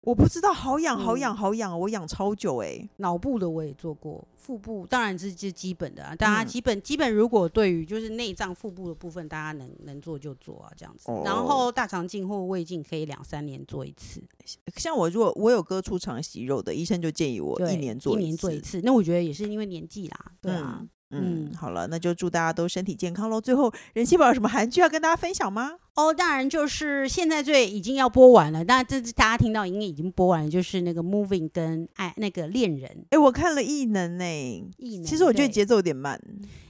A: 我不知道，好痒，好
C: 嗯
A: 痒，好痒哦，我痒超久哎、
C: 脑部的我也做过，腹部当然是最基本的啊。大家
A: 嗯
C: 基本、基本如果对于就是内脏腹部的部分，大家能能做就做啊，这样子。然后大肠镜或胃镜可以两三年做一次，
A: 像我如果我有割出肠息肉的，医生就建议我
C: 对，
A: 一年做
C: 一
A: 一
C: 年做一
A: 次。
C: 次。那我觉得也是因为年纪啦，对啊。
A: 嗯，
C: 嗯
A: 好了，那就祝大家都身体健康喽。最后，人气宝有什么韩剧要跟大家分享吗？
C: 哦，当然就是现在最已经要播完了，那这大家听到应该已经播完了，就是那个 Moving 跟爱那个恋人。
A: 哎、我看了《异能》呢，
C: 异能
A: 其实我觉得
C: 对
A: 节奏有点慢。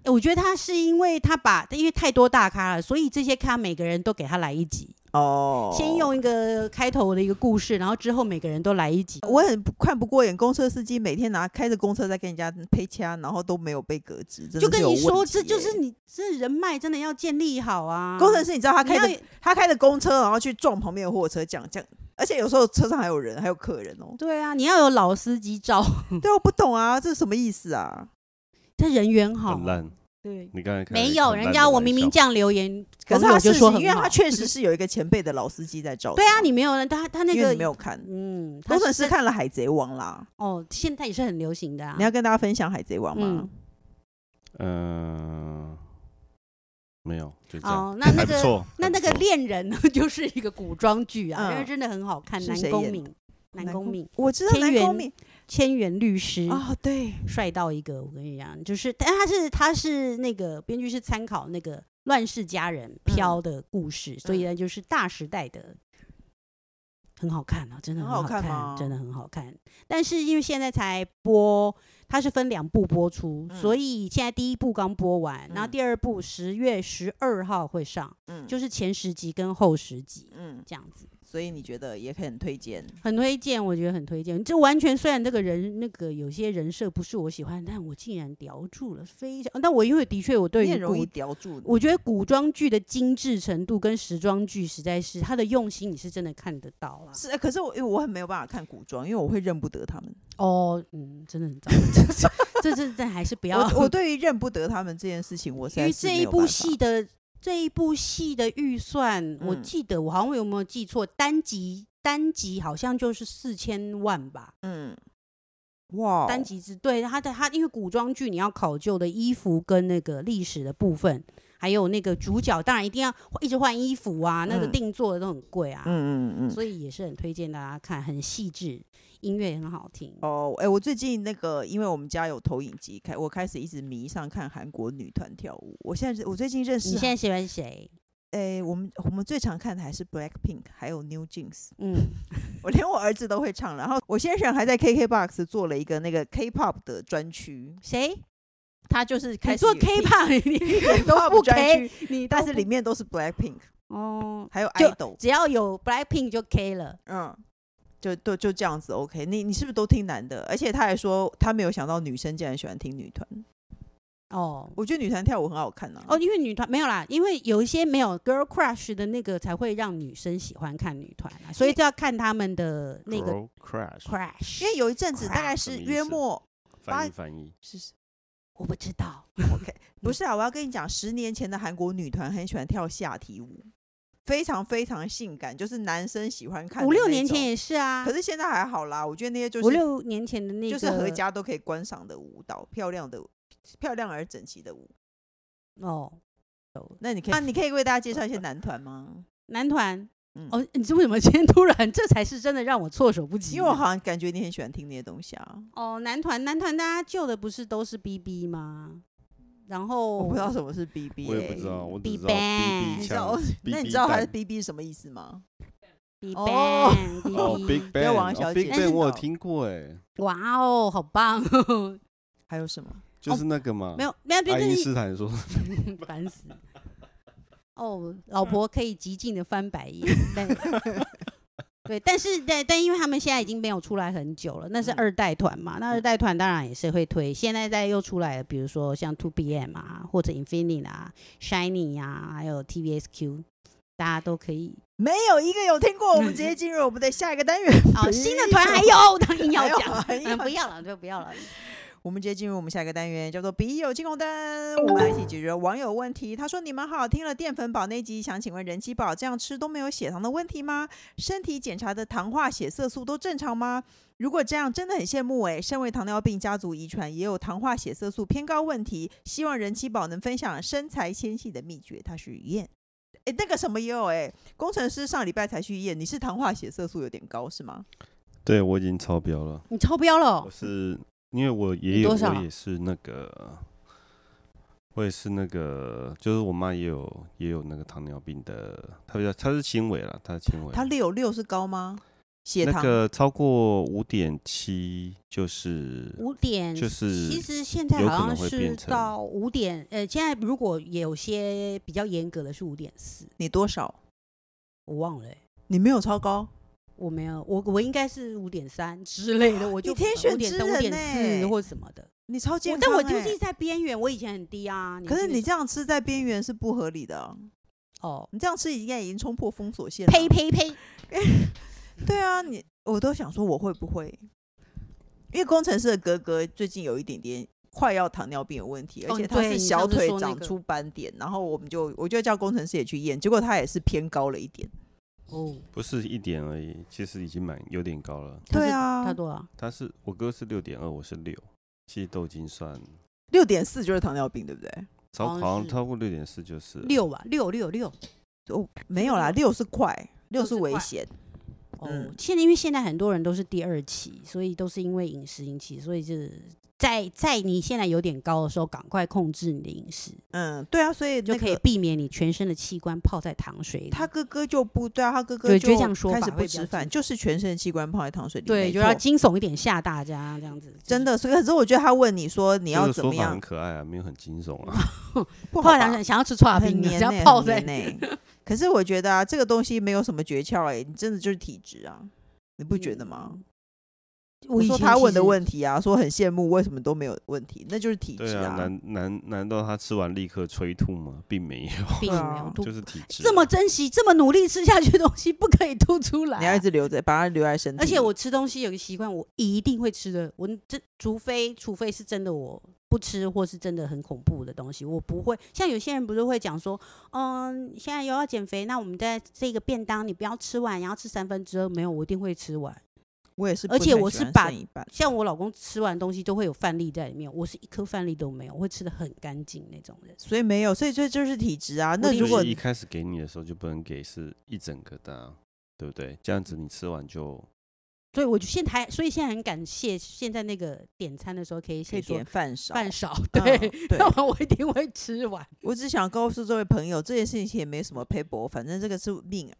C: 欸我觉得他是因为他把，因为太多大咖了，所以这些咖每个人都给他来一集，
A: 哦，
C: 先用一个开头的一个故事，然后之后每个人都来一集。
A: 我很不看不过眼，公车司机每天拿开着公车在跟人家配掐，然后都没有被革职，真的
C: 就跟
A: 是有
C: 你说，
A: 问题欸
C: 这就
A: 耶
C: 是你这人脉真的要建立好啊。
A: 工程师，你知道他
C: 你
A: 开
C: 要。
A: 着他开着公车，然后去撞旁边的货车，这样这样，而且有时候车上还有人，还有客人哦
C: 对啊，你要有老司机照，
A: 对啊，我不懂啊，这是什么意思啊？
C: 他人缘好
B: 很。烂。
C: 对，
B: 你刚才开了
C: 没
B: 一
C: 有
B: 个很
C: 人
B: 烂
C: 家
B: 的
C: 我
B: 玩
C: 明明
B: 笑
C: 这样留言，
A: 可是
C: 网
A: 他
C: 友就
A: 事
C: 说
A: 情，
C: 很
A: 因为他
C: 好
A: 确实是有一个前辈的老司机在照顾。
C: 对啊，你没有人，他他那
A: 因为你没
C: 个
A: 有看。
C: 嗯，他
A: 工程
C: 是
A: 师看了《海贼王》啦，
C: 哦，现在也是很流行的啊。
A: 你要跟大家分享《海贼王》吗
C: 嗯？
B: 嗯，没有，就这样。
C: 哦， 那那
B: 还不
C: 个
B: 错，
C: 那
B: 还
C: 那
B: 不
C: 个
B: 错
C: 恋人呢， 就是一个古装剧啊，
A: 嗯
C: 但是真的很好看。
A: 是
C: 南
A: 谁
C: 宫
A: 演
C: 珉，南
A: 南
C: 宫
A: 宫
C: 珉，
A: 我知道
C: 天
A: 南宫
C: 元嗯
A: 珉
C: 千元律师，
A: 哦，对，
C: 帅到一个，我跟你讲，就是，但他是他是那个编剧是参考那个《乱世佳
A: 嗯
C: 人》飘的故事，所以呢就是大时代的。很好看啊，真的
A: 很
C: 好
A: 好看吗
C: 真的很好看。但是因为现在才播，它是分两部播出，所
A: 嗯
C: 以现在第一部刚播完，然后
A: 嗯
C: 第二部十月十二号会上，
A: 嗯，
C: 就是前十集跟后十集
A: 嗯，
C: 这样子，
A: 所以你觉得也很推荐？
C: 很推荐，我觉得很推荐。这完全虽然这个人那个有些人设不是我喜欢，但我竟然叼住了，非常。但我因为的确我对
A: 你很
C: 于
A: 容易
C: 古，
A: 叼住你。
C: 我觉得古装剧的精致程度跟时装剧实在是它的用心，你是真的看得到啦。
A: 是，呃可是我因为我很没有办法看古装，因为我会认不得他们。
C: 哦，嗯，真的很糟， 这这这还是不要。
A: 我我对于认不得他们这件事情，我实
C: 因
A: 在
C: 为
A: 是
C: 这
A: 没
C: 一
A: 有办
C: 部
A: 法
C: 戏的这一部戏的预算，我
A: 嗯
C: 记得我好像有没有记错，单集单集好像就是四千万吧。
A: 嗯，哇哦，
C: 单集制对它的它，因为古装剧你要考究的衣服跟那个历史的部分，还有那个主角，当然一定要一直换衣服啊，那个
A: 嗯
C: 定做的都很贵啊，
A: 嗯嗯嗯。
C: 所以也是很推荐大家看，很细致，音乐也很好听。
A: 哦，哎、我最近那个，因为我们家有投影机，开我开始一直迷上看韩国女团跳舞。我现在我最近认识
C: 你
A: 韩，
C: 现在喜欢谁？
A: 哎、我们我们最常看的还是 Black Pink，还有 New Jeans，
C: 嗯，
A: 我连我儿子都会唱。然后我先生还在 KKBOX 做了一个那个 K-pop 的专区，
C: 谁？
A: 他就是开
C: 你
A: 始
C: 做
A: 有
C: K 吧，你
A: K-pop
C: 不
A: 专
C: K，
A: 区，
C: 你
A: 但
C: 都
A: 是
C: 不
A: 里面都是 Black Pink，
C: 哦，
A: 还有
C: 就
A: idol，
C: 只要有 Blackpink 就 K 了。
A: 嗯，就就就这样子 OK 你。你是不是都听男的？而且他还说他没有想到女生竟然喜欢听女团。
C: 哦
A: 我觉得女团跳舞很好看呐、
C: 哦，因为女团没有啦，因为有一些没有 girl crush 的那个才会让女生喜欢看女团啊，所以
A: 因为
C: 就要看他们的那个
B: Girl crash，
C: crush。
A: 因为有一阵子大概
B: 什
A: 是
B: 么意
A: 约
B: 思
A: 莫八
B: 翻译翻译，
A: 是是
C: 我不知道
A: OK，不是啊，我要跟你讲，十年前的韩国女团很喜欢跳下体舞，非常非常性感，就是男生喜欢看的
C: 五六
A: 那
C: 年前
A: 种。
C: 也是啊
A: 可，是现在还好啦，我觉得那些就
C: 五
A: 是
C: 六年前的那
A: 就
C: 个
A: 是合家都可以观赏的舞蹈，漂亮的漂亮而整齐的舞。
C: 哦，
A: 那你可以，那你可以为大家介绍一 些男团吗？
C: 男团
A: 嗯
C: 哦，你知为什么今天突然这才是真的让我措手不及呢？
A: 因为我好像感觉你很喜欢听那些东西啊，
C: 哦，男团男团大家旧的不是都是 BB 吗？然后
A: 我不知道什么是 B B，
B: 我也不知道，我只
C: Big
B: 知道
C: Bang
A: 你
B: BB
A: 知道
B: 枪，，
A: 那
B: BB
A: 你知道它是
B: 弹
A: B B 什么意思吗？
C: Big
A: 哦
C: Bang
B: 哦
C: BB
B: ，Big
A: 对
B: Bang，
A: 王
B: 哦
A: 小
B: ，Big
A: 姐
B: Bang 我有
A: 知道
B: 听过，哎，
C: 哇哦，好棒！哦
A: 还有什么？
B: 就是那个嘛，
C: 没有，没有，
B: 爱
C: 就
B: 因
C: 是
B: 斯坦说
C: 烦死。哦，老婆可以极尽的翻白 眼，但对，但是但但因为他们现在已经没有出来很久了，那是
A: 嗯
C: 二代团嘛，那二代团当然也是会推。现在在又出来了，比如说像 Two PM 啊，或者 Infinite 啊、Shiny 啊，还有 TVSQ，大家都可以。
A: 没有一个有听过，我们直接进入
C: 哦
A: 我们的下一个单元。
C: 哦，新的团还有，他硬要
A: 哎 还有
C: 讲，
A: 还有
C: 嗯，不要了，就不要了。
A: 我们直接进入我们下一个单元，叫做“笔友金红灯”，我们来一起解决网友问题。他说：“你们好，听了淀粉宝那集，想请问人气宝这样吃都没有血糖的问题吗？身体检查的糖化血色素都正常吗？如果这样，真的很羡慕诶、欸身为糖尿病家族遗传，也有糖化血色素偏高问题，希望人气宝能分享身材纤细的秘诀。”他是燕。诶，那个什么也有诶，工程师上礼拜才去验，你是糖化血色素有点高是吗？
B: 对我已经超标了，
C: 你超标了
B: 我
C: 哦，
B: 是因为我也
C: 你
B: 有，
C: 多少
B: 我也是那个，我也是那个，就是我妈也有也有那个糖尿病的，她比较她是轻微啦，她是轻微，
A: 他六六是高吗？血
B: 那
A: 糖、
B: 个超过五点七就是
C: 五点
B: 就是
C: 其实现在
B: 有可
C: 好像
B: 能会
C: 是
B: 变成
C: 到五点，呃，现在如果有些比较严格的是五点四，
A: 你多少？
C: 我忘了欸、
A: 你没有超高，
C: 我没有，我我应该是五点三之类的，我就
A: 天选
C: 五点
A: 之
C: 三、五
A: 人
C: 点
A: 欸
C: 四或什么的。
A: 你超健
C: 我
A: 康、欸
C: 但我就是一直在边缘，我以前很低啊。
A: 可是
C: 那
A: 你这
C: 种
A: 样吃在边缘是不合理的啊、
C: 哦，
A: 你这样吃应该已经冲破封锁线了。
C: 呸呸呸！
A: 对啊，你我都想说我会不会，因为工程师的哥哥最近有一点点快要糖尿病有问题，
C: 哦
A: 而且他
C: 对
A: 是
C: 你
A: 小
C: 上次
A: 腿
C: 说那
A: 长
C: 个
A: 出斑点，然后我们就我就叫工程师也去验，结果他也是偏高了一点。
C: 哦，
B: 不是一点而已，其实已经蛮有点高了。
C: 他
A: 对
C: 是
A: 啊
C: 他，多少？
B: 她是我哥是六点二，我是六，其实都已经算
A: 六点四就是糖尿病，对不对？
B: 超
C: 好像
B: 好像
C: 哦是
B: 超过六点四就是了
C: 六吧，六六六。
A: 哦，没有啦，六是快，六是
C: 六是
A: 危
C: 快
A: 险。
C: 哦
A: 嗯，
C: 现在因为现在很多人都是第二期，所以都是因为饮食引起，所以就是在在你现在有点高的时候，赶快控制你的饮食，
A: 嗯，对啊，所以、那
C: 就
A: 个、
C: 可以避免你全身的器官泡在糖水里。
A: 他哥哥就不对啊，他哥哥
C: 对就这样说
A: 开
C: 法
A: 始
C: 会
A: 不
C: 比较
A: 吃饭，
C: 正
A: 就是全身的器官泡在糖水里。
C: 对，
A: 没
C: 就要
A: 错
C: 惊悚一点吓大家这样子。
A: 真的。所以可是我觉得他问你说你
B: 这
A: 要
B: 个
A: 怎
B: 说
A: 么
B: 法
A: 样
B: 很，可爱啊，没有很惊悚啊。
A: 不好
C: 泡在
A: 吧
C: 糖水，想要吃串
A: 很
C: 冰，
A: 黏呢、
C: 只要
A: 很
C: 泡在
A: 黏欸可是我觉得啊，这个东西没有什么诀窍哎、你真的就是体质啊，你不觉得吗？？
C: 嗯我以
A: 说
C: 前
A: 他
C: 其
A: 问的
C: 实
A: 问题啊，说很羡慕为什么都没有问题，那就是体
B: 对
A: 质
B: 啊，难难难道他吃完立刻催吐吗？并没有，
A: 对
C: 并没
A: 啊
C: 有吐，
B: 就是体质啊。
C: 这么珍惜、这么努力吃下去的东西，不可以吐出来啊、
A: 你要一直留着，把它留在身体。
C: 而且我吃东西有个习惯，我一定会吃的。我这除非除非是真的我不吃，或是真的很恐怖的东西，我不会。像有些人不是会讲说，嗯，现在又要减肥，那我们在这个便当你不要吃完，然后吃三分之二，没有，我一定会吃完。
A: 我也是不
C: 而
A: 太喜
C: 且
A: 欢剩一半，
C: 我是把像我老公吃完东西都会有饭粒在里面，我是一颗饭粒都没有，我会吃的很干净那种人。
A: 所以没有，所以这就是体质啊。那
C: 定
A: 如
B: 所
A: 果
B: 以一开始给你的时候就不能给是一整个的啊，对不对？这样子你吃完就
C: 所以我就现在还，所以现在很感谢现在那个点餐的时候可以
A: 可以
C: 先说
A: 点饭少，
C: 饭少，
A: 嗯
C: 对，
A: 对
C: 要不然我一定会吃完。
A: 我只想告诉这位朋友，这件事情其实也没什么 paper，反正这个是命啊。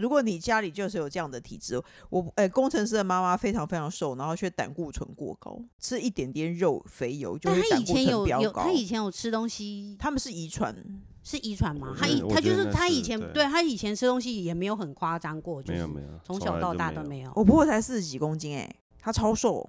A: 如果你家里就是有这样的体质，我呃、工程师的妈妈非常非常瘦，然后却胆固醇过高，吃一点点肉肥油就
C: 但
A: 会
C: 他
A: 胆
C: 以
A: 固
C: 前
A: 醇
C: 有
A: 飙
C: 有，
A: 高
C: 他。以前有吃东西，
A: 他们是遗传，
C: 是遗传吗
B: 我？
C: 他
B: 觉
C: 以
B: 得
C: 他
B: 我
C: 就
B: 觉得
C: 是
B: 那
C: 他以
B: 是
C: 前
B: 对
C: 对他以前吃东西也没有很夸张过，就
B: 没有
C: 是
B: 没有，
C: 从
B: 从
C: 小
B: 来
C: 到大都
B: 没有。
C: 没有。
A: 我婆婆才四十几公斤哎、她超瘦，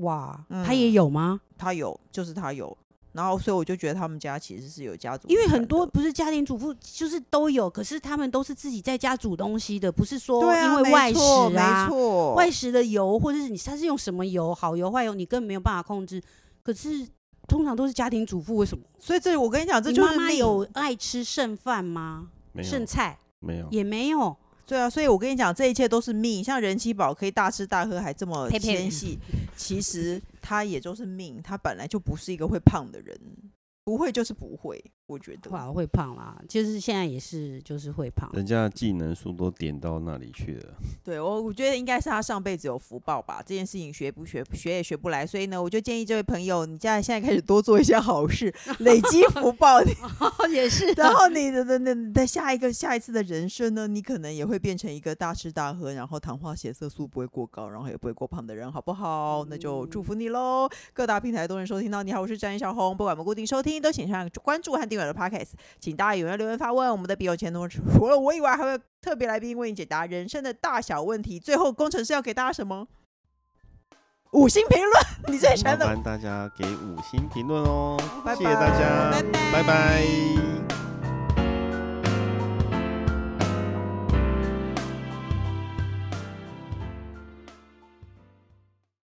C: 哇，
A: 嗯
C: 他也有吗？
A: 她有就是她有，然后所以我就觉得他们家其实是有家族遗
C: 因
A: 传的，
C: 为很多不是家庭主妇就是都有，可是他们都是自己在家煮东西的，不是说
A: 对啊，
C: 因为外
A: 没错
C: 食啊
A: 没，错，
C: 外食的油或者是你它是用什么油，好油坏油，你根本没有办法控制。可是通常都是家庭主妇，为什么？
A: 所以这我跟你讲，这
C: 你
A: 就是
C: 妈妈
A: 命
C: 有爱吃剩饭吗？
B: 没有嗯
C: 剩菜
B: 没有，
C: 也没有。
A: 对啊，所以我跟你讲，这一切都是命。像人气宝可以大吃大喝，还这么
C: 呸呸
A: 纤细，其实他也就是命，他本来就不是一个会胖的人，不会就是不会，我觉得。
C: 哇，哦会胖啦，就是现在也是，就是会胖。
B: 人家的技能书都点到那里去了。
A: 对我，我觉得应该是他上辈子有福报吧，这件事情学不学学也学不来，所以呢，我就建议这位朋友，你家现在开始多做一些好事，累积福报，你
C: 也是
A: 然后你的的的你的下一个下一次的人生呢，你可能也会变成一个大吃大喝，然后糖化血色素不会过高，然后也不会过胖的人，好不好？那就祝
B: 嗯
A: 福你喽！各大平台都能收听到你好，我是詹小红。不管我们固定收听，都请上关注和订阅我的 Podcast，请大家踊跃留言发问。我们的笔友前同事除了我以外，还会特别来宾为你解答人生的大小问题。最后，工程师要给大家什么？五星评论，你最喜
B: 麻
A: 欢的
B: 烦大家给五星评论哦，
A: 拜
B: 谢谢大家，
A: 拜拜
B: 拜拜